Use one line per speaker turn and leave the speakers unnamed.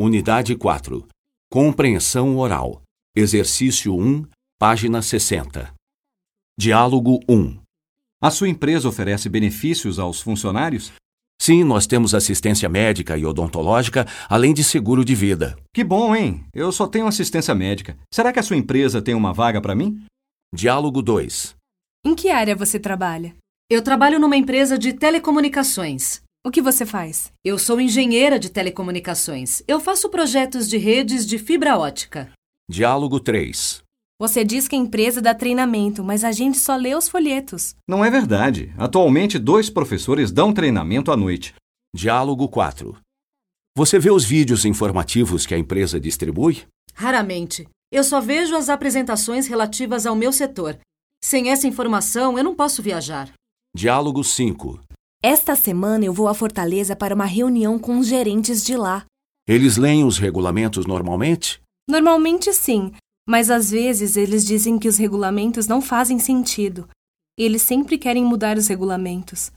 Unidade 4. Compreensão oral. Exercício 1, página 60. Diálogo 1.
A sua empresa oferece benefícios aos funcionários?
Sim, nós temos assistência médica e odontológica, além de seguro de vida.
Que bom, hein? Eu só tenho assistência médica. Será que a sua empresa tem uma vaga para mim?
Diálogo 2.
Em que área você trabalha?
Eu trabalho numa empresa de telecomunicações.
O que você faz?
Eu sou engenheira de telecomunicações. Eu faço projetos de redes de fibra ótica.
Diálogo 3.
Você diz que a empresa dá treinamento, mas a gente só lê os folhetos.
Não é verdade. Atualmente, dois professores dão treinamento à noite.
Diálogo 4. Você vê os vídeos informativos que a empresa distribui?
Raramente. Eu só vejo as apresentações relativas ao meu setor. Sem essa informação, eu não posso viajar.
Diálogo 5.
Esta semana eu vou à Fortaleza para uma reunião com os gerentes de lá.
Eles leem os regulamentos normalmente?
Normalmente sim, mas às vezes eles dizem que os regulamentos não fazem sentido. Eles sempre querem mudar os regulamentos.